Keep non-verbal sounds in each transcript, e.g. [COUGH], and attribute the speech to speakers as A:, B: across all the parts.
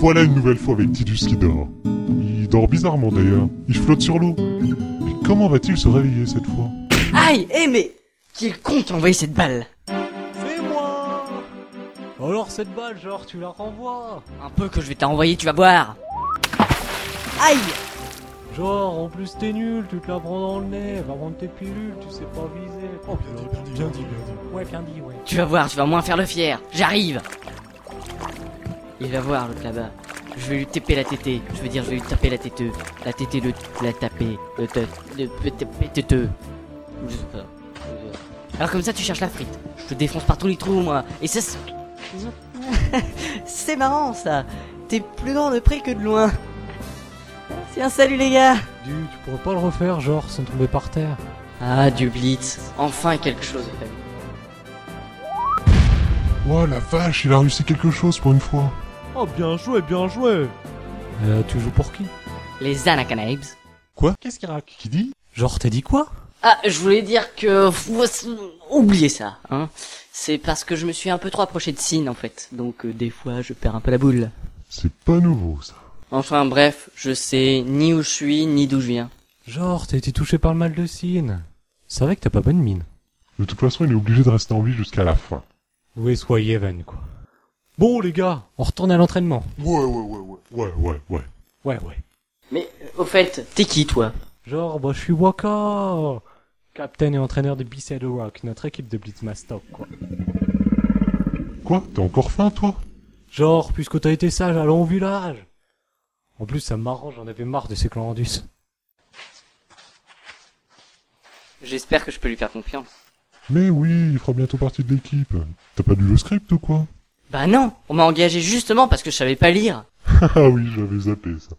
A: voilà une nouvelle fois avec Tidus qui dort. Il dort bizarrement d'ailleurs. Il flotte sur l'eau. Mais comment va-t-il se réveiller cette fois
B: Aïe, eh mais Qu'il compte envoyer cette balle
C: C'est moi Alors cette balle, genre, tu la renvoies
B: Un peu que je vais t'envoyer, tu vas voir Aïe
C: Genre, en plus t'es nul, tu te la prends dans le nez, va prendre tes pilules, tu sais pas viser. Oh, bien dit, bien dit, bien dit. Ouais, bien dit, ouais.
B: Tu vas voir, tu vas moins faire le fier J'arrive Il va voir l'autre là-bas. Je vais lui taper la tétée. Je veux dire, je vais lui taper la tête. La tétée, le... La taper. Le... te- Le... Le... tétée. Je sais pas. Alors comme ça, tu cherches la frite. Je te défonce par tous les trous, moi. Et ça... c'est- [LAUGHS] C'est marrant, ça T'es plus grand de près que de loin Tiens, salut les gars
C: Du, tu pourrais pas le refaire, genre, sans tomber par terre.
B: Ah, du blitz. Enfin quelque chose de famille.
A: Ouah Oh, la vache, il a réussi quelque chose pour une fois.
C: Oh, bien joué, bien joué Euh, tu joues pour qui
B: Les Anakanabes.
C: Qu'est-ce qu'il raque
A: Ah, Qui dit
C: Genre, t'as dit quoi
B: Ah, je voulais dire que... faut- Oubliez ça, hein. C'est parce que je me suis un peu trop approché de Sin, en fait. Donc, euh, des fois, je perds un peu la boule.
A: C'est pas nouveau ça.
B: Enfin, bref, je sais ni où je suis, ni d'où je viens.
C: Genre, t'as été touché par le mal de Sine. C'est vrai que t'as pas bonne mine.
A: De toute façon, il est obligé de rester en vie jusqu'à la fin.
C: Ouais, soit Yéven, quoi. Bon, les gars, on retourne à l'entraînement.
A: Ouais, ouais, ouais, ouais. Ouais, ouais, ouais.
C: Ouais, ouais.
B: Mais, euh, au fait, t'es qui, toi
C: Genre, bah, je suis Waka Capitaine et entraîneur de B-Side Rock, notre équipe de Blitz Mastoc, quoi.
A: Quoi T'as encore faim toi
C: Genre, puisque t'as été sage, allons au village En plus, ça m'arrange, j'en avais marre de ces clandus.
B: J'espère que je peux lui faire confiance.
A: Mais oui, il fera bientôt partie de l'équipe. T'as pas lu le script ou quoi [LAUGHS]
B: Bah non, on m'a engagé justement parce que je savais pas lire.
A: Ah oui, j'avais zappé ça.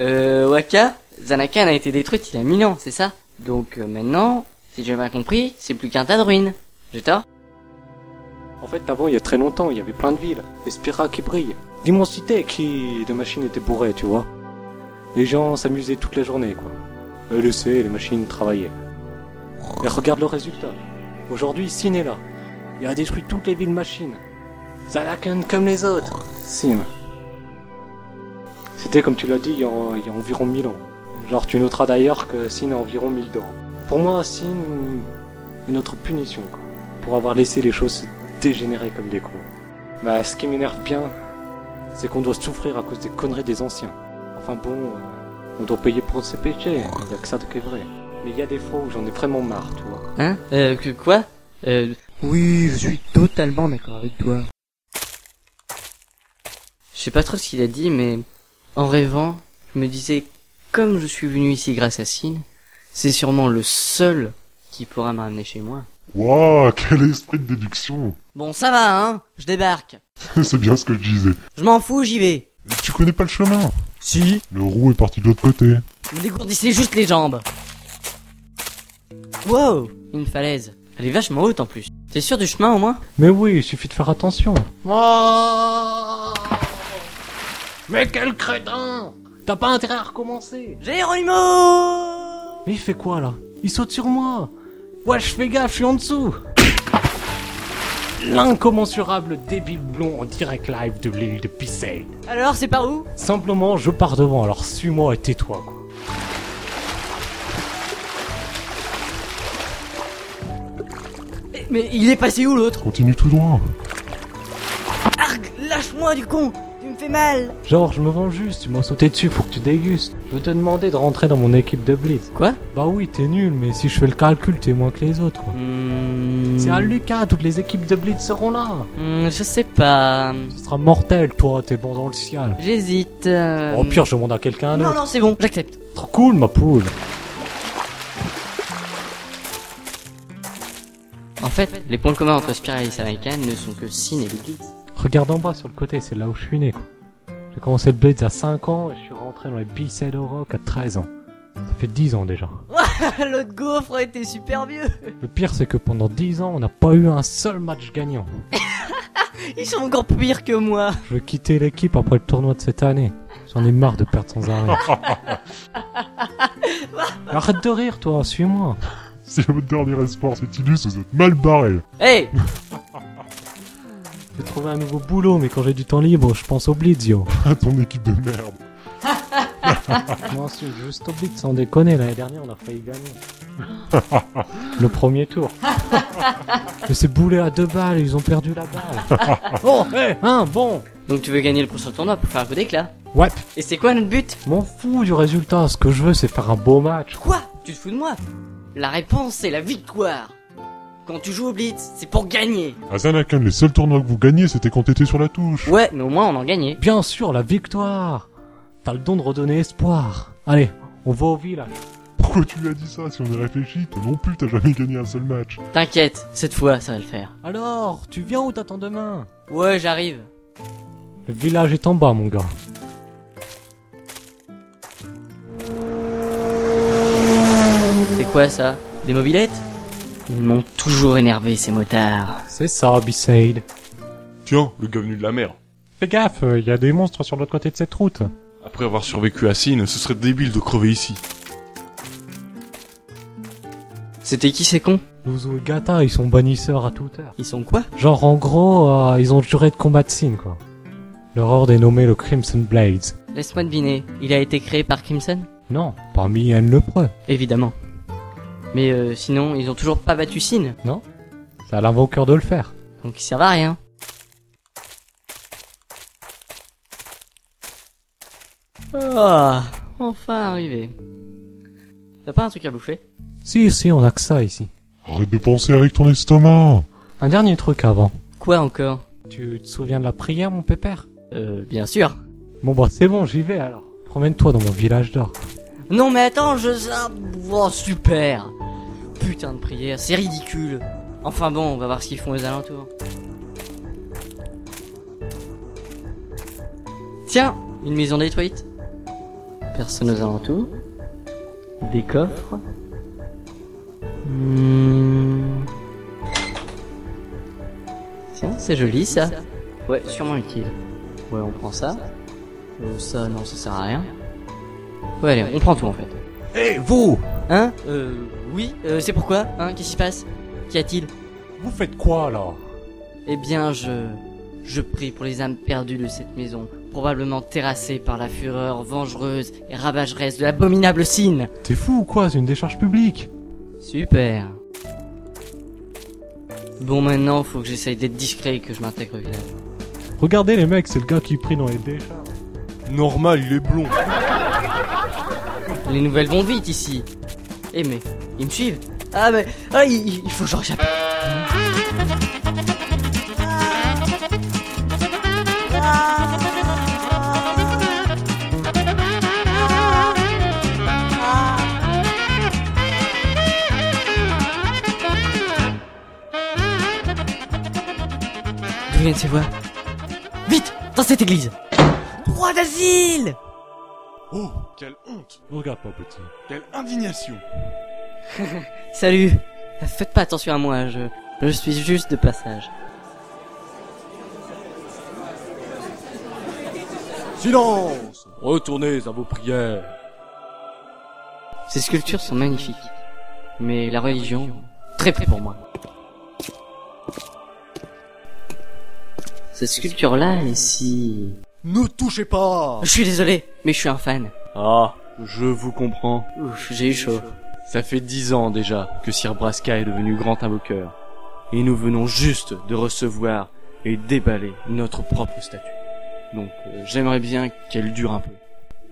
B: Euh, Waka, Zanakan a été détruite il y a mille ans, c'est ça Donc, euh, maintenant, si j'ai bien compris, c'est plus qu'un tas de ruines. J'ai tort
D: En fait, avant, il y a très longtemps, il y avait plein de villes, des spirales qui brillent, d'immensité qui, de machines étaient bourrées, tu vois. Les gens s'amusaient toute la journée, quoi. Euh, Le C, les machines travaillaient. Et regarde le résultat. Aujourd'hui, Sin est là. Il a détruit toutes les villes machines. Zalakan comme les autres. Sim. C'était comme tu l'as dit il y, a, il y a environ 1000 ans. Genre, tu noteras d'ailleurs que Sin a environ 1000 ans. Pour moi, Sin est notre punition, quoi. Pour avoir laissé les choses dégénérer comme des cons. Bah, ce qui m'énerve bien, c'est qu'on doit souffrir à cause des conneries des anciens. Enfin bon, euh, on doit payer pour ses péchés, il y a que ça de qui est vrai. Mais il y a des fois où j'en ai vraiment marre, tu vois.
B: Hein Euh, que quoi Euh... Oui, je suis totalement d'accord avec toi. Je sais pas trop ce qu'il a dit, mais en rêvant, je me disais, comme je suis venu ici grâce à Sin, c'est sûrement le seul qui pourra me ramener chez moi.
A: Waouh, quel esprit de déduction [LAUGHS]
B: Bon, ça va, hein Je débarque.
A: C'est bien ce que je disais.
B: Je m'en fous, j'y vais.
A: Tu connais pas le chemin
B: Si.
A: Le roux est parti de l'autre côté.
B: Vous dégourdissez juste les jambes. Wow Une falaise. Elle est vachement haute en plus. T'es sûr du chemin au moins
C: Mais oui, il suffit de faire attention.
D: Oh Mais quel crétin T'as pas intérêt à recommencer
B: Géronimo
C: Mais il fait quoi, là Il saute sur moi Ouais, je fais gaffe, je suis en dessous
D: L'incommensurable débile blond en direct live de l'île de Pissade.
B: Alors, c'est par où
C: Simplement, je pars devant, alors suis-moi et tais-toi, quoi.
B: Mais il est passé où l'autre
A: Continue tout droit.
B: Arg Lâche-moi du con Tu me fais mal
C: Genre, je me venge juste, tu m'as sauté dessus pour que tu dégustes. Je veux te demander de rentrer dans mon équipe de Blitz.
B: Quoi
C: Bah oui, t'es nul, mais si je fais le calcul, t'es moins que les autres, quoi. C'est à Lucas, toutes les équipes de Blitz seront là.
B: Hmm, Je sais pas.
C: Ce sera mortel, toi, t'es bon dans le ciel.
B: J'hésite. euh.
C: Au pire, je demande à quelqu'un
B: Non,
C: d'autre.
B: non, c'est bon, j'accepte.
C: Trop cool, ma poule.
B: En fait, les points communs entre Spiral et Sanakan ne sont que Sin et Liquid.
C: Regarde en bas sur le côté, c'est là où je suis né. quoi. J'ai commencé le Blitz à 5 ans et je suis rentré dans les B-Side Rock à 13 ans. Ça fait 10 ans déjà.
B: [LAUGHS] L'autre gaufre était super vieux
C: Le pire, c'est que pendant 10 ans, on n'a pas eu un seul match gagnant.
B: Ils sont encore pires que moi
C: Je veux quitter l'équipe après le tournoi de cette année. J'en ai marre de perdre sans arrêt. Arrête de rire, toi, suis-moi.
A: Si votre dernier espoir c'est Tidus, vous êtes mal barré.
B: Hey
C: J'ai trouvé un nouveau boulot, mais quand j'ai du temps libre, je pense au Blitz, yo.
A: à ton équipe de merde.
C: Moi, c'est juste au Blitz, sans déconner. L'année dernière, on a failli gagner. Le premier tour. mais c'est boulé à deux balles, ils ont perdu la balle. bon, hé, hein, bon.
B: Donc tu veux gagner le prochain tournoi pour faire un coup d'éclat
C: Ouais,
B: Et c'est quoi notre but
C: m'en fous du résultat. Ce que je veux, c'est faire un beau match.
B: Quoi Tu te fous de moi La réponse c'est la victoire Quand tu joues au Blitz, c'est pour gagner
A: À Zanakan, les seuls tournois que vous gagnez, c'était quand t'étais sur la touche.
B: Ouais, mais au moins on en gagnait.
C: Bien sûr, la victoire. T'as le don de redonner espoir. Allez, on va au village.
A: Pourquoi tu lui as dit ça Si on y réfléchit, toi non plus, t'as jamais gagné un seul match.
B: T'inquiète, cette fois ça va le faire.
C: Alors, tu viens ou t'attends demain
B: Ouais, j'arrive.
C: Le village est en bas, mon gars.
B: C'est quoi ça Des mobilettes Ils m'ont toujours énervé ces motards.
C: C'est ça, B-Side.
E: Tiens, le gars venu de la mer.
C: Fais gaffe, il y a des monstres sur l'autre côté de cette route.
E: Après avoir survécu à Sine, ce serait débile de crever ici.
B: C'était qui ces cons
C: Louzou et Gata, ils sont bannisseurs à toute heure.
B: Ils sont quoi
C: Genre, en gros, euh, ils ont juré de combattre Sin, quoi. Leur ordre est nommé le Crimson Blades.
B: Laisse-moi deviner, il a été créé par Crimson
C: Non, parmi elles le preux.
B: Évidemment. Mais euh, sinon, ils ont toujours pas battu Sin,
C: C'est à l'invoqueur de le faire.
B: donc ils servent à rien. Ah, enfin arrivé. T'as pas un truc à bouffer
C: Si, si, on a que ça ici.
A: Arrête de penser avec ton estomac.
C: Un dernier truc avant.
B: Quoi encore
C: Tu te souviens de la prière, mon pépère
B: Euh, bien sûr.
C: Bon, bah, c'est bon, j'y vais alors. Promène-toi dans mon village d'or.
B: Non mais attends, je... ça- Oh, super Putain de prière, c'est ridicule. Enfin bon, on va voir ce qu'ils font aux alentours. Tiens, une maison détruite. Personne aux alentours. Des coffres. Hmm. Tiens, c'est joli ça. Ouais, sûrement utile. Ouais, on prend ça. Euh, ça, non, ça sert à rien. Ouais, allez, on prend tout en fait.
C: Hé, vous
B: Hein Euh. Oui, euh, c'est pourquoi Hein Qu'est-ce qui se passe Qu'y a-t-il
C: Vous faites quoi, là
B: Eh bien, je. Je prie pour les âmes perdues de cette maison, probablement terrassées par la fureur vengereuse et ravageresse de l'abominable Sine.
C: T'es fou ou quoi C'est une décharge publique.
B: Super Bon, maintenant, faut que j'essaye d'être discret et que je m'intègre au village.
C: Regardez les mecs, c'est le gars qui prie dans les décharges.
E: Normal, il est blond.
B: Les nouvelles vont vite ici Eh mais, ils me suivent Ah mais, ah, il, il faut que j'en réchappe D'où viennent ces voix Vite Dans cette église Roi d'asile
E: Oh, quelle honte,
C: Vous regarde pas, petit.
E: quelle indignation.
B: Salut Faites pas attention à moi, je, je suis juste de passage.
E: Silence Retournez à vos prières.
B: Ces sculptures sont magnifiques, mais la religion, très peu pour moi. Cette sculpture-là est si...
E: Ne touchez pas
B: Je suis désolé, mais je suis un fan.
F: Ah, je vous comprends.
B: Ouf, j'ai eu chaud.
F: Ça fait dix ans déjà que Sir Braska est devenu grand invoqueur. Et nous venons juste de recevoir et déballer notre propre statut. Donc euh, j'aimerais bien qu'elle dure un peu.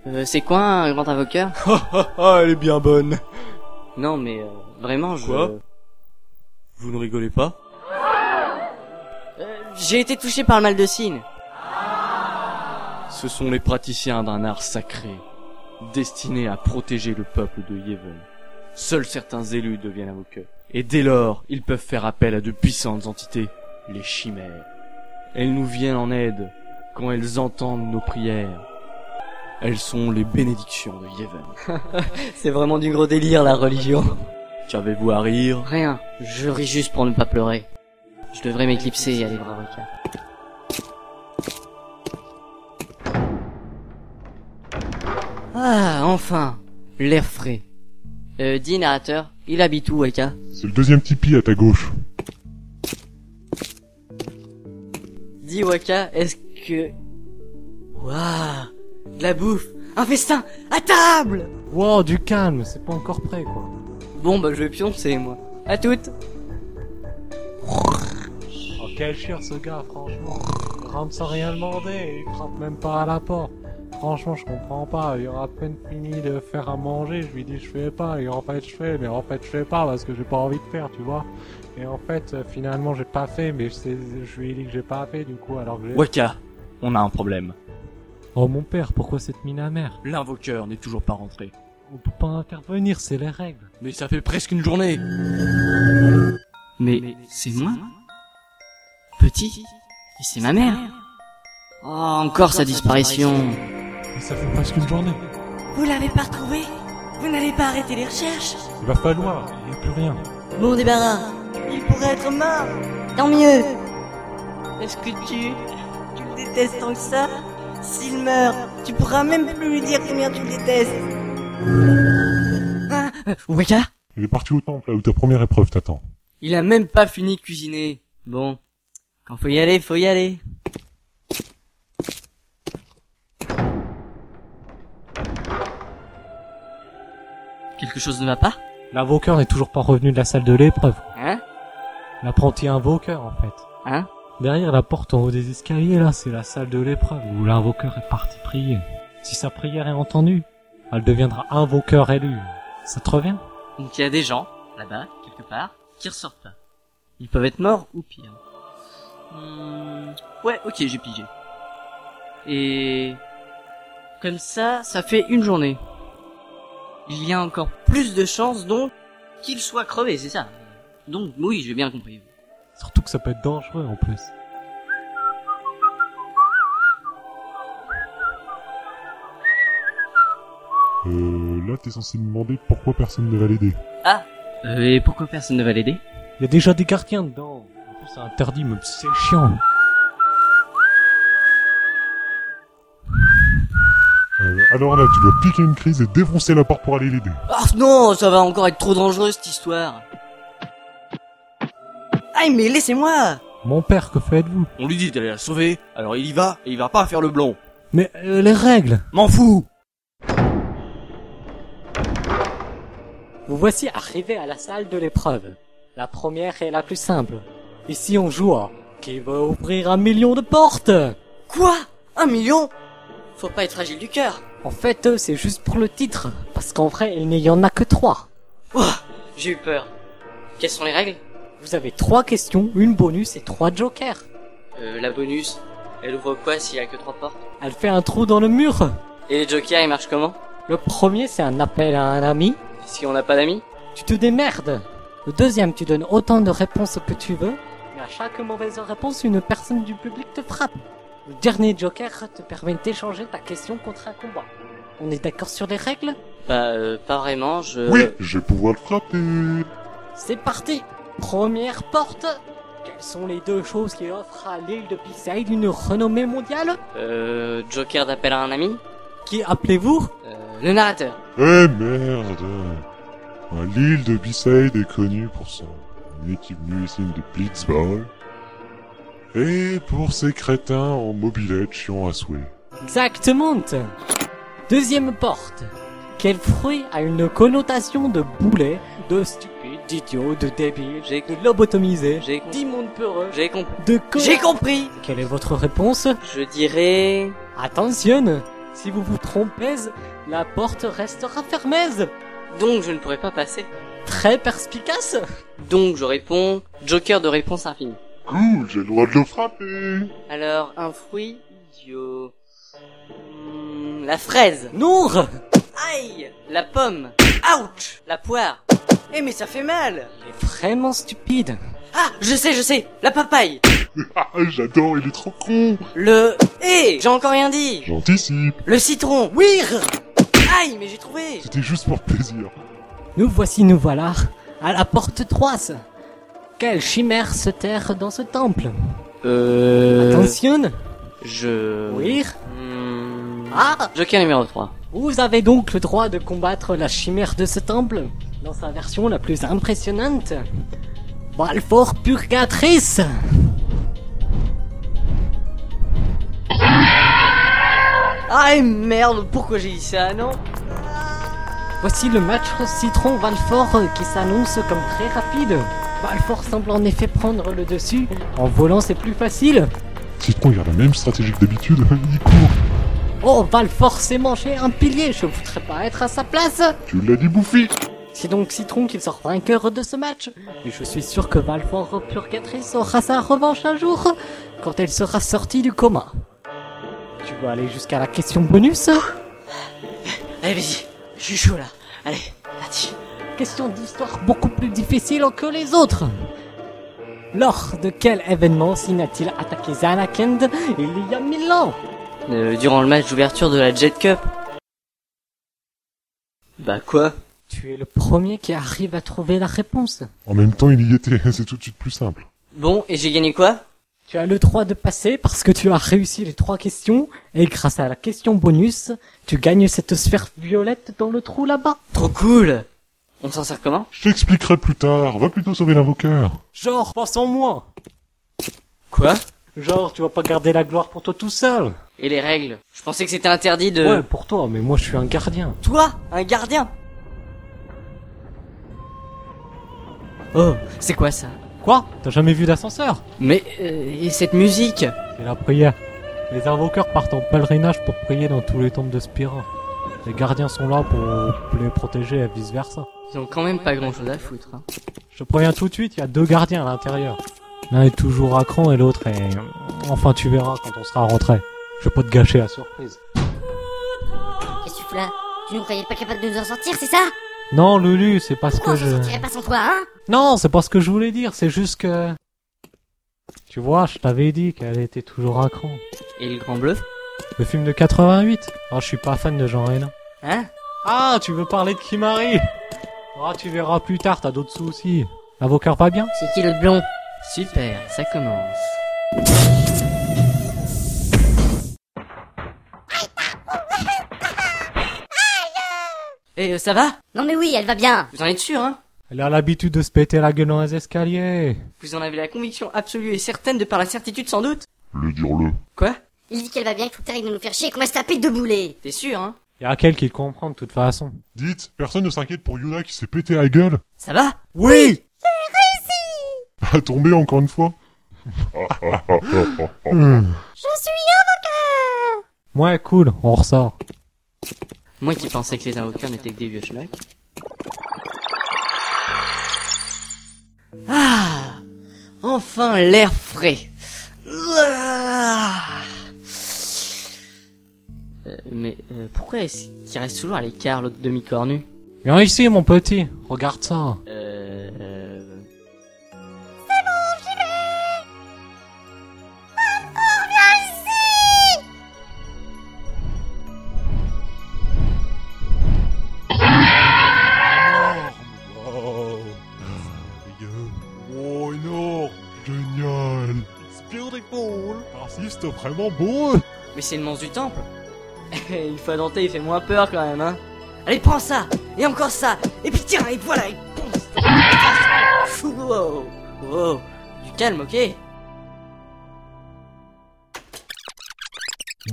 B: Euh, c'est quoi un grand invoqueur
F: Ah ah ah, elle est bien bonne
B: Non mais euh, vraiment, je...
F: Quoi Vous ne rigolez pas
B: Euh, J'ai été touché par le mal de signe.
F: Ce sont les praticiens d'un art sacré, destiné à protéger le peuple de Yevon. Seuls certains élus deviennent invoqueurs. Et dès lors, ils peuvent faire appel à de puissantes entités, les chimères. Elles nous viennent en aide quand elles entendent nos prières. Elles sont les bénédictions de Yevon.
B: C'est vraiment du gros délire la religion.
F: Qu'avez-vous à rire
B: Rien, je ris juste pour ne pas pleurer. Je devrais m'éclipser et aller voir Rika. Ah, enfin L'air frais. Euh, dis narrateur, il habite où, Rika
A: C'est le deuxième Tipeee à ta gauche.
B: Dis Waka, est-ce que... Waouh De la bouffe Un festin À table
C: Wow, du calme, c'est pas encore prêt, quoi.
B: Bon bah je vais pioncer moi. À toutes
C: Oh, quel chieur ce gars, franchement. Il rampe sans rien demander, il frappe même pas à la porte. Franchement, je comprends pas. Il aura à peine fini de faire à manger. Je lui dis, je fais pas. Et en fait, je fais. Mais en fait, je fais pas parce que j'ai pas envie de faire, tu vois. Et en fait, euh, finalement, j'ai pas fait. Mais c'est- je lui ai dit que j'ai pas fait, du coup, alors que j'ai-
F: Waka, on a un problème.
C: Oh, mon père, pourquoi cette mine amère
F: L'invoqueur n'est toujours pas rentré.
C: On peut pas intervenir, c'est les règles.
F: Mais ça fait presque une journée.
B: Mais, c'est moi Petit Et c'est ma mère Oh, encore sa disparition
A: Et ça fait presque une journée.
G: Vous l'avez pas retrouvé Vous n'allez pas arrêter les recherches
A: Il va falloir, il n'y a plus rien.
G: Bon débarras, il pourrait être mort. Tant mieux. Est-ce que tu, tu le détestes tant que ça S'il meurt, tu pourras même plus lui dire combien tu le détestes.
B: Waka
A: Il est parti au temple, là où ta première épreuve t'attend.
B: Il a même pas fini de cuisiner. Bon. Quand faut y aller, faut y aller. Quelque chose ne va pas
C: L'invoqueur n'est toujours pas revenu de la salle de l'épreuve.
B: Hein
C: L'apprenti invoqueur, en fait.
B: Hein
C: Derrière la porte en haut des escaliers, là, c'est la salle de l'épreuve où l'invoqueur est parti prier. Si sa prière est entendue, elle deviendra invoqueur élu. Ça te revient
B: Donc il y a des gens, là-bas, quelque part, qui ressortent pas. Ils peuvent être morts ou pire. Hmm, Ouais, ok, j'ai pigé. Et... Comme ça, ça fait une journée. Il y a encore plus de chances donc qu'il soit crevé, c'est ça. Donc oui, j'ai bien compris.
C: Surtout que ça peut être dangereux en plus.
A: Euh, là, t'es censé me demander pourquoi personne ne va l'aider.
B: Euh, et pourquoi personne ne va l'aider
C: Il y a déjà des gardiens dedans. En plus, c'est interdit, mais c'est chiant.
A: Euh, alors là, tu dois piquer une crise et défoncer la porte pour aller l'aider.
B: Oh non, ça va encore être trop dangereux cette histoire.
G: Aïe, mais laissez-moi
C: Mon père, que faites-vous
F: On lui dit d'aller la sauver, alors il y va et il va pas faire le blond.
C: Mais euh, les règles
F: M'en fous
H: Vous voici arrivé à la salle de l'épreuve. La première est la plus simple. Ici on joue à qui veut ouvrir un million de portes.
G: Quoi Un million
B: Faut pas être fragile du cœur.
H: En fait, euh, c'est juste pour le titre, parce qu'en vrai, il n'y en a que trois.
B: J'ai eu peur. Quelles sont les règles
H: Vous avez trois questions, une bonus et trois jokers.
B: Euh, la bonus, elle ouvre quoi s'il y a que trois portes
H: Elle fait un trou dans le mur.
B: Et les jokers, ils marchent comment
H: Le premier, c'est un appel à un ami.
B: Si on n'a pas d'amis
H: Tu te démerdes. Le deuxième, tu donnes autant de réponses que tu veux, mais à chaque mauvaise réponse, une personne du public te frappe. Le dernier joker te permet d'échanger ta question contre un combat. On est d'accord sur les règles
B: Bah, euh, pas vraiment, je...
A: Oui, je vais pouvoir le frapper.
H: C'est parti Première porte Quelles sont les deux choses qui offrent à l'île de Pixide une renommée mondiale
B: Euh, joker d'appel à un ami
H: Qui appelez-vous
B: euh, Le narrateur.
A: Eh merde Euh, L'île de Bisade est connue pour son équipe nullissime de Blitzball. Et pour ses crétins en mobilette chiant à souhait.
H: Exactement Deuxième porte Quel fruit a une connotation de boulet, de stupide, d'idiot, de débile,
B: J'ai
H: de lobotomisé,
B: J'ai compris.
H: d'immonde peureux,
B: J'ai compris.
H: de con...
B: J'ai compris
H: Quelle est votre réponse
B: Je dirais...
H: Attention Si vous vous trompez, la porte restera fermée
B: Donc je ne pourrais pas passer.
H: Très perspicace
B: Donc je réponds... Joker de réponse infinie.
A: Cool, j'ai le droit de le frapper [LAUGHS]
B: Alors, un fruit idiot... Hmm, La fraise
H: Non
B: Aïe La pomme Ouch La poire
G: Eh mais ça fait mal
H: Il est vraiment stupide.
B: Ah Je sais, je sais La papaye
A: Ah, j'adore, il est trop con
B: Le... Eh J'ai encore rien dit
A: J'anticipe,
B: Le citron
H: Oui
B: Aïe, mais j'ai trouvé
A: c'était juste pour le plaisir.
H: Nous voici, nous voilà, à la porte 3. Quelle chimère se terre dans ce temple
B: Euh...
H: Attention
B: Je...
H: Oui
B: Hmm.
H: Ah
B: Joker numéro 3.
H: Vous avez donc le droit de combattre la chimère de ce temple, dans sa version la plus impressionnante. Balfour Purgatrice
G: Ah et merde, pourquoi j'ai dit ça, non
H: Voici le match Citron-Valfort euh, qui s'annonce comme très rapide. Valfort semble en effet prendre le dessus. En volant, c'est plus facile.
A: Citron, il a la même stratégie que d'habitude, hein, il court.
H: Oh, Valfort s'est mangé un pilier. Je voudrais pas être à sa place.
A: Tu l'as dit, Bouffi
H: C'est donc Citron qui sort vainqueur de ce match. Et je suis sûr que Valfort Purgatrice aura sa revanche un jour quand elle sera sortie du coma. Tu vas aller jusqu'à la question bonus
G: Allez, vas-y, je suis chaud là. Allez, vas-y.
H: Question d'histoire beaucoup plus difficile que les autres. Lors de quel événement Sin a-t-il attaqué Zanakend il y a mille ans
B: Euh, durant le match d'ouverture de la Jet Cup. Bah quoi
H: Tu es le premier qui arrive à trouver la réponse.
A: En même temps, il y était, [LAUGHS] c'est tout de suite plus simple.
B: Bon, et j'ai gagné quoi
H: Tu as le droit de passer parce que tu as réussi les trois questions et grâce à la question bonus, tu gagnes cette sphère violette dans le trou là-bas.
B: Trop cool On s'en sert comment
A: Je t'expliquerai plus tard, va plutôt sauver l'invoqueur.
D: Genre, pense en moi
B: Quoi
D: Genre, tu vas pas garder la gloire pour toi tout seul
B: Et les règles Je pensais que c'était interdit de...
D: Ouais, pour toi, mais moi je suis un gardien.
G: Toi, un gardien
B: Oh, c'est quoi ça
C: Quoi T'as jamais vu d'ascenseur
B: Mais, euh, et cette musique
C: C'est la prière. Les invoqueurs partent en pèlerinage pour prier dans tous les temples de Spira. Les gardiens sont là pour les protéger et vice versa.
B: Ils ont quand même pas grand chose à foutre. Hein.
C: Je te préviens tout de suite, il y a deux gardiens à l'intérieur. L'un est toujours à cran et l'autre est... Enfin, tu verras quand on sera rentré. Je vais pas te gâcher la surprise.
I: Qu'est-ce que tu fous là Tu ne croyais pas capable de nous en sortir, c'est ça
C: Non, Lulu, c'est parce
I: Pourquoi
C: que
I: on
C: je...
I: s'en sortirait pas sans toi, hein
C: Non, c'est pas ce que je voulais dire, c'est juste que... Tu vois, je t'avais dit qu'elle était toujours à cran.
B: Et le grand bleu
C: Le film de 88 Ah, je suis pas fan de Jean Reno.
B: Hein
C: Ah, tu veux parler de Kimari Ah, tu verras plus tard, t'as d'autres soucis. L'avocat va bien
B: C'est qui le blond Super, ça commence. Eh, euh, ça va
I: Non mais oui, elle va bien
B: Vous en êtes sûr, hein
C: Elle a l'habitude de se péter la gueule dans les escaliers.
B: Vous en avez la conviction absolue et certaine de par la certitude sans doute
A: Le dire-le.
B: Quoi
I: Il dit qu'elle va bien, qu'il faut que t'arrives de nous faire chier et qu'on va se taper deux boulets
B: T'es sûr, hein
C: Y'a qu'elle qui le comprend de toute façon.
A: Dites, personne ne s'inquiète pour Yuna qui s'est pété la gueule.
B: Ça va
A: Oui À tomber encore une fois. Hum.
C: Ouais, cool, on ressort.
B: Moi qui pensais que les avocats n'étaient que des vieux schnacks. Ah Enfin l'air frais Ah Euh, Mais euh, pourquoi est-ce qu'il reste toujours à l'écart l'autre demi-cornu
C: Viens ici, mon petit. Regarde ça.
B: Euh... euh,
A: Wow. Merveilleux. Oh, énorme Génial It's beautiful Artiste vraiment beau
B: Mais c'est le monstre du temple [LAUGHS] Une fois denté, il fait moins peur quand même, hein Allez, prends ça
G: Et encore ça Et puis tiens, et voilà et...
B: Wow Wow Du calme, ok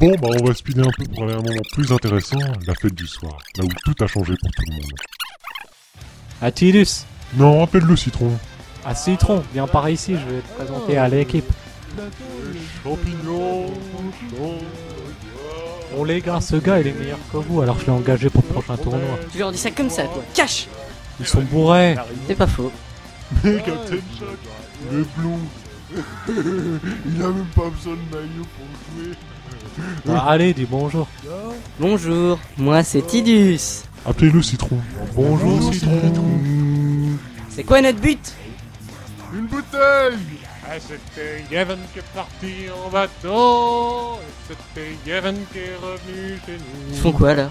A: Bon, bah on va speeder un peu pour aller à un moment plus intéressant, la fête du soir, là où tout a changé pour tout le monde.
C: Attilus,
A: Non, appelle le citron.
C: à Citron, viens par ici, je vais te présenter à l'équipe.
A: Champignons
C: Bon les gars, ce gars il est meilleur que vous, alors je l'ai engagé pour le prochain tournoi.
B: Tu leur dis ça comme ça, toi Cache
C: Ils sont bourrés.
B: C'est pas faux.
A: Mais Captain Jack, il est blond [LAUGHS] Il a même pas besoin de maillot pour jouer
C: Bah, allez, dis bonjour.
B: Bonjour, moi c'est Tidus
A: Appelez le citron. Bonjour citron
B: C'est quoi notre but
A: Une bouteille
J: Ah, c'était Yevon qui est parti en bateau, et c'était Yevon qui est revenu chez nous.
B: Ils font quoi là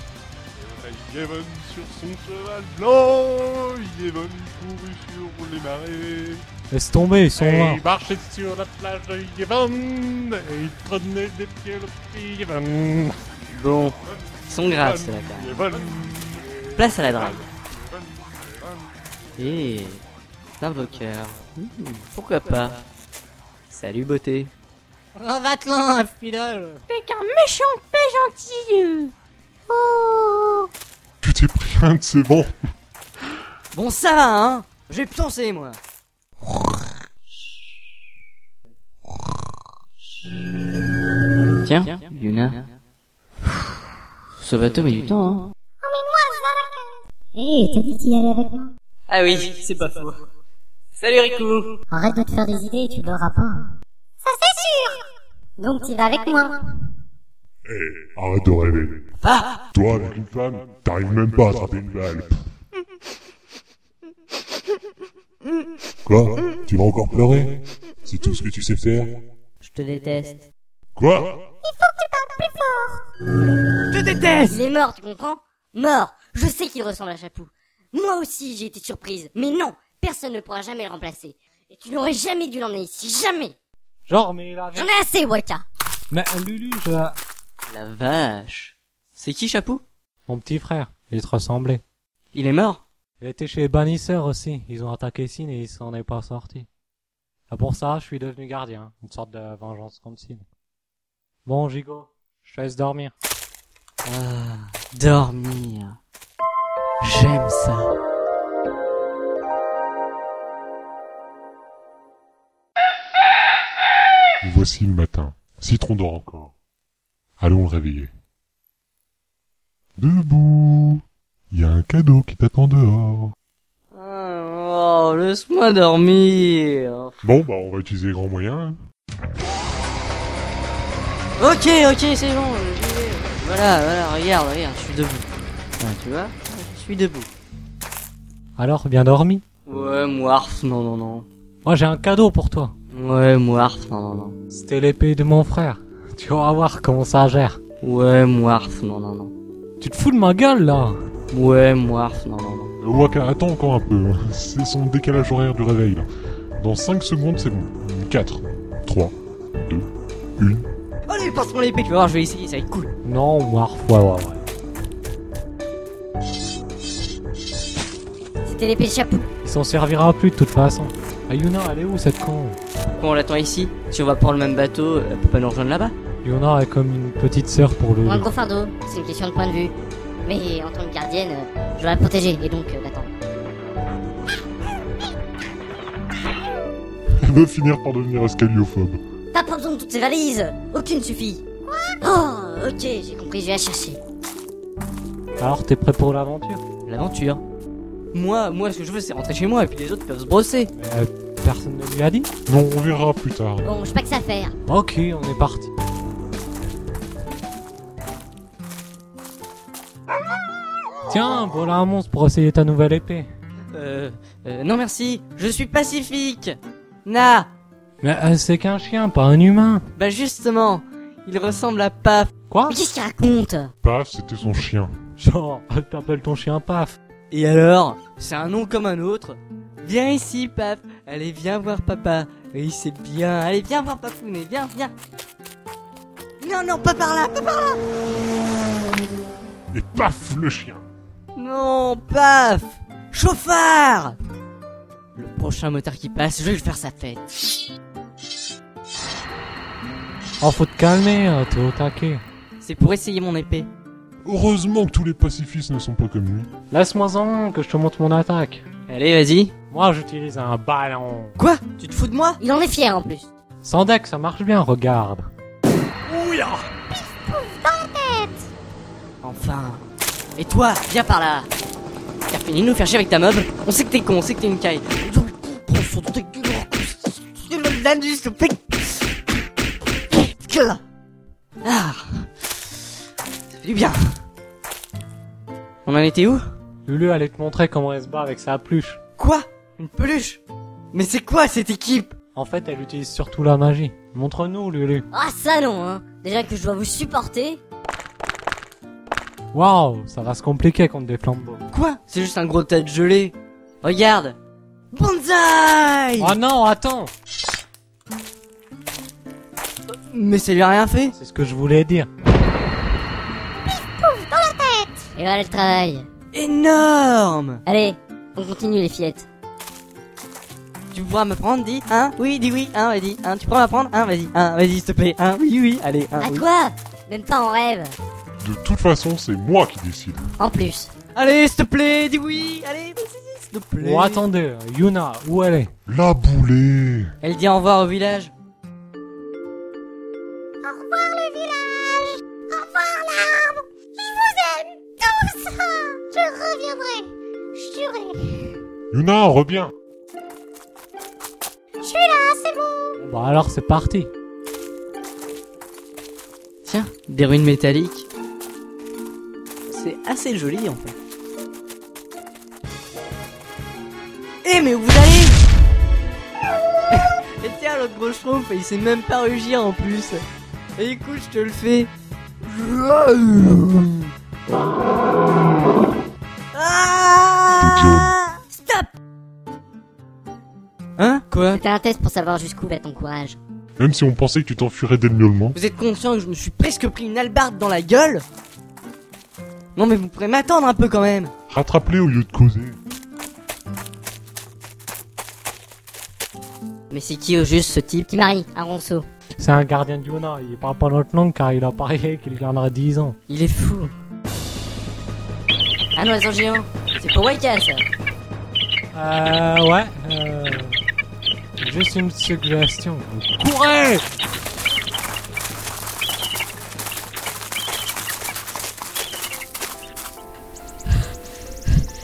A: Yevon sur son cheval blanc Yevon couru sur les marées
C: Laisse tomber, ils sont là.
J: Et il marchait sur la plage de Yevon, et il prenait des pieds le petit Yevon.
B: Bon, ils sont graves ceux-là quand même.
A: Yevon
B: Place à la drague. Et l'invoqueur. Hmm, pourquoi pas Salut beauté.
H: Revatelin, fidèle
I: T'es qu'un méchant
G: gentil. Oh.
A: Tu t'es pris un de ces bons.
K: Bon, ça va, hein Je vais pioncer, moi.
B: Tiens, Yuna. Ce bateau met du temps, hein.
I: Hé, t'as dit Oh, qu'il y allait avec moi
K: Ah oui, c'est pas faux. Salut Rico
I: Arrête de te faire des idées et tu l'auras pas. Ça c'est sûr Donc tu vas avec moi.
A: Eh, arrête de rêver.
G: Ah
A: Toi, avec une femme, t'arrives même pas à attraper une balle. Quoi Tu vas encore pleurer C'est tout ce que tu sais faire
G: Je te déteste.
A: Quoi
I: Je déteste Il est mort, tu comprends Mort Je sais qu'il ressemble à Chapou. Moi aussi, j'ai été surprise. Mais non, personne ne pourra jamais le remplacer. Et tu n'aurais jamais dû l'emmener ici, jamais
C: Genre, mais il a...
I: J'en ai assez, Waka
C: Mais Lulu, je...
B: La vache. C'est qui, Chapou
C: Mon petit frère, il te ressemblait.
B: Il est mort
C: Il était chez les bannisseurs aussi. Ils ont attaqué Sin et il s'en est pas sorti. Ah pour ça, je suis devenu gardien. Une sorte de vengeance contre Sin. Bon, Gigo, je te laisse dormir.
B: Ah, Dormir. J'aime ça.
A: Voici le matin. Citron dort encore. Allons le réveiller. Debout Il y a un cadeau qui t'attend dehors.
B: Oh, laisse-moi dormir.
A: Bon, bah on va utiliser les grands moyens. hein.
B: Ok, ok, c'est bon, euh, j'y vais. Voilà, voilà, regarde, regarde, je suis debout. Ouais, tu vois Je suis debout.
C: Alors, bien dormi
B: Ouais, Moarf, non, non, non.
C: Moi, j'ai un cadeau pour toi.
B: Ouais, Moarf, non, non, non.
C: C'était l'épée de mon frère. [LAUGHS] Tu vas voir comment ça gère.
B: Ouais, Moarf, non, non, non.
C: Tu te fous de ma gueule, là
B: Ouais, Moarf, non, non, non.
A: Euh, Waka, attends encore un peu. hein. C'est son décalage horaire du réveil, là. Dans 5 secondes, c'est bon. 4, 3, 2, 1.
B: Allez, passe mon épée, tu vas voir, je vais essayer, ça va être cool.
C: Non, Warf, ouais, ouais, ouais.
I: C'était l'épée de Chapou.
C: Il s'en servira plus, de toute façon. Ah, Yuna, elle est où, cette con
B: Bon, on l'attend ici. Si on va prendre le même bateau, elle peut pas nous rejoindre là-bas.
C: Yuna est comme une petite sœur pour le...
I: Ou un gros fardeau, c'est une question de point de vue. Mais en tant que gardienne, euh, je dois la protéger et donc euh, l'attendre.
A: [LAUGHS] Elle veut finir par devenir escaliophobe.
I: T'as pas besoin de toutes ces valises Aucune suffit Oh, ok, j'ai compris, je vais la chercher.
C: Alors, t'es prêt pour l'aventure
B: L'aventure. Moi, moi, ce que je veux, c'est rentrer chez moi et puis les autres peuvent se brosser.
C: Euh, Personne ne lui a dit
A: Bon, on verra plus tard.
I: Bon, j'ai pas que ça à faire.
C: Ok, on est parti. Tiens, voilà un monstre pour essayer ta nouvelle épée.
B: Euh, euh, non merci, je suis pacifique. Na,
C: Mais euh, c'est qu'un chien, pas un humain.
B: bah justement, il ressemble à Paf.
C: Quoi
I: Mais qu'est-ce qu'il raconte
A: Paf, c'était son chien.
C: Genre, [LAUGHS] t'appelles ton chien Paf.
B: Et alors, c'est un nom comme un autre. Viens ici, Paf. Allez, viens voir papa. Oui, c'est bien. Allez, viens voir Papounet. Viens, viens.
G: Non, non, pas par là, pas par là.
A: Et paf, le chien
B: Non, Paf. Chauffard. Le prochain motard qui passe, je vais lui faire sa fête.
C: Oh, faut te calmer, euh, t'es au taquet.
B: C'est pour essayer mon épée.
A: Heureusement que tous les pacifistes ne sont pas comme lui.
C: Laisse-moi en que je te montre mon attaque.
B: Allez, vas-y.
C: Moi, j'utilise un ballon.
B: Quoi Tu te fous de moi
I: Il en est fier en plus.
C: Sans deck, ça marche bien, regarde.
B: Enfin. Et toi, viens par là. T'as fini de nous faire chier avec ta mob On sait que t'es con, on sait que t'es une caille. Ah. Ça fait du bien. On en était où
C: Lulu allait te montrer comment elle se bat avec sa pluche.
B: Quoi Une peluche Mais c'est quoi cette équipe
C: En fait, elle utilise surtout la magie. Montre-nous, Lulu.
I: Ah, ça non, hein Déjà que je dois vous supporter.
C: Waouh, ça va se compliquer contre des flambeaux.
B: Quoi C'est juste un gros tas de gelée. Regarde
G: Bonsaï
C: Oh non, attends
B: Mais ça lui a rien fait
C: C'est ce que je voulais dire.
I: Et voilà le travail.
B: Énorme
I: Allez, on continue les fillettes.
B: Tu pourras me prendre, dis Hein Oui, dis oui, hein, vas-y, hein, tu pourras m'apprendre Hein, vas-y, hein, vas-y, s'il te plaît, hein, oui, oui, allez, hein,
I: À
B: oui.
I: quoi Même pas en rêve.
A: De toute façon, c'est moi qui décide.
I: En plus.
B: Allez, s'il te plaît, dis oui. Allez, vas-y, s'il te plaît.
C: Bon, Oh, attendez, Yuna, où elle est
A: La boulée
B: Elle dit au revoir au village.
H: Au revoir le village Au revoir l'arbre Je vous aime Tout ça Je reviendrai Juré
A: Yuna, reviens
H: Je suis là, c'est bon
C: Bon, bah, alors c'est parti.
L: Tiens, des ruines métalliques.
B: C'est assez joli en fait. Eh mais où vous allez [LAUGHS] Et tiens l'autre gros schtroumpf, il sait même pas rugir en plus. Et écoute, je te le fais. Ah,
I: Stop
B: Hein Quoi
I: C'était un test pour savoir jusqu'où va ton courage.
A: Même si on pensait que tu t'enfuirais dès le miaulement.
B: Vous êtes conscient que je me suis presque pris une albarde dans la gueule Non mais vous pourrez m'attendre un peu quand même.
A: Rattrape-les au lieu de causer.
I: Mais c'est qui au juste ce type Qui marie un ronceau.
C: C'est un gardien de Yuna, il parle pas notre langue car il a parié qu'il gardera 10 ans.
B: Il est fou.
I: Un oiseau géant. C'est pour Waika ça.
C: Euh, ouais. Euh... Juste une suggestion. Courez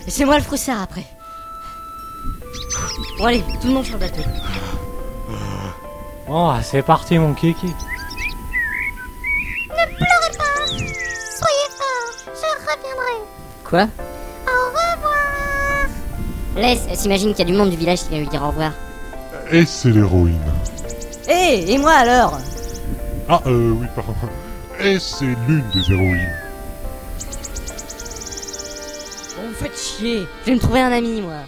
I: Et c'est moi le froussard après. Bon allez, tout le monde sur le bateau.
C: Bon, Oh, c'est parti mon kiki.
H: Ne pleurez pas Soyez forts Je reviendrai
I: Quoi
H: Au revoir
I: Laisse, elle s'imagine qu'il y a du monde du village qui vient lui dire au revoir.
A: Et c'est l'héroïne.
I: Hé,
B: Eh,
I: et moi alors
A: Ah, euh, oui, pardon. Et c'est l'une des héroïnes.
I: Vous me faites chier Je vais me trouver un ami moi.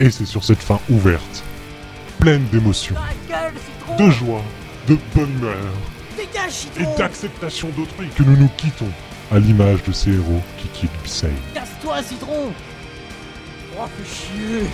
A: Et c'est sur cette fin ouverte, pleine d'émotions,
B: Gueule, c'est trop
A: de joie, de bonne humeur
B: Dégage, citron
A: et d'acceptation d'autrui que nous nous quittons à l'image de ces héros qui quittent Bisei.
B: Casse-toi, citron Oh, fais chier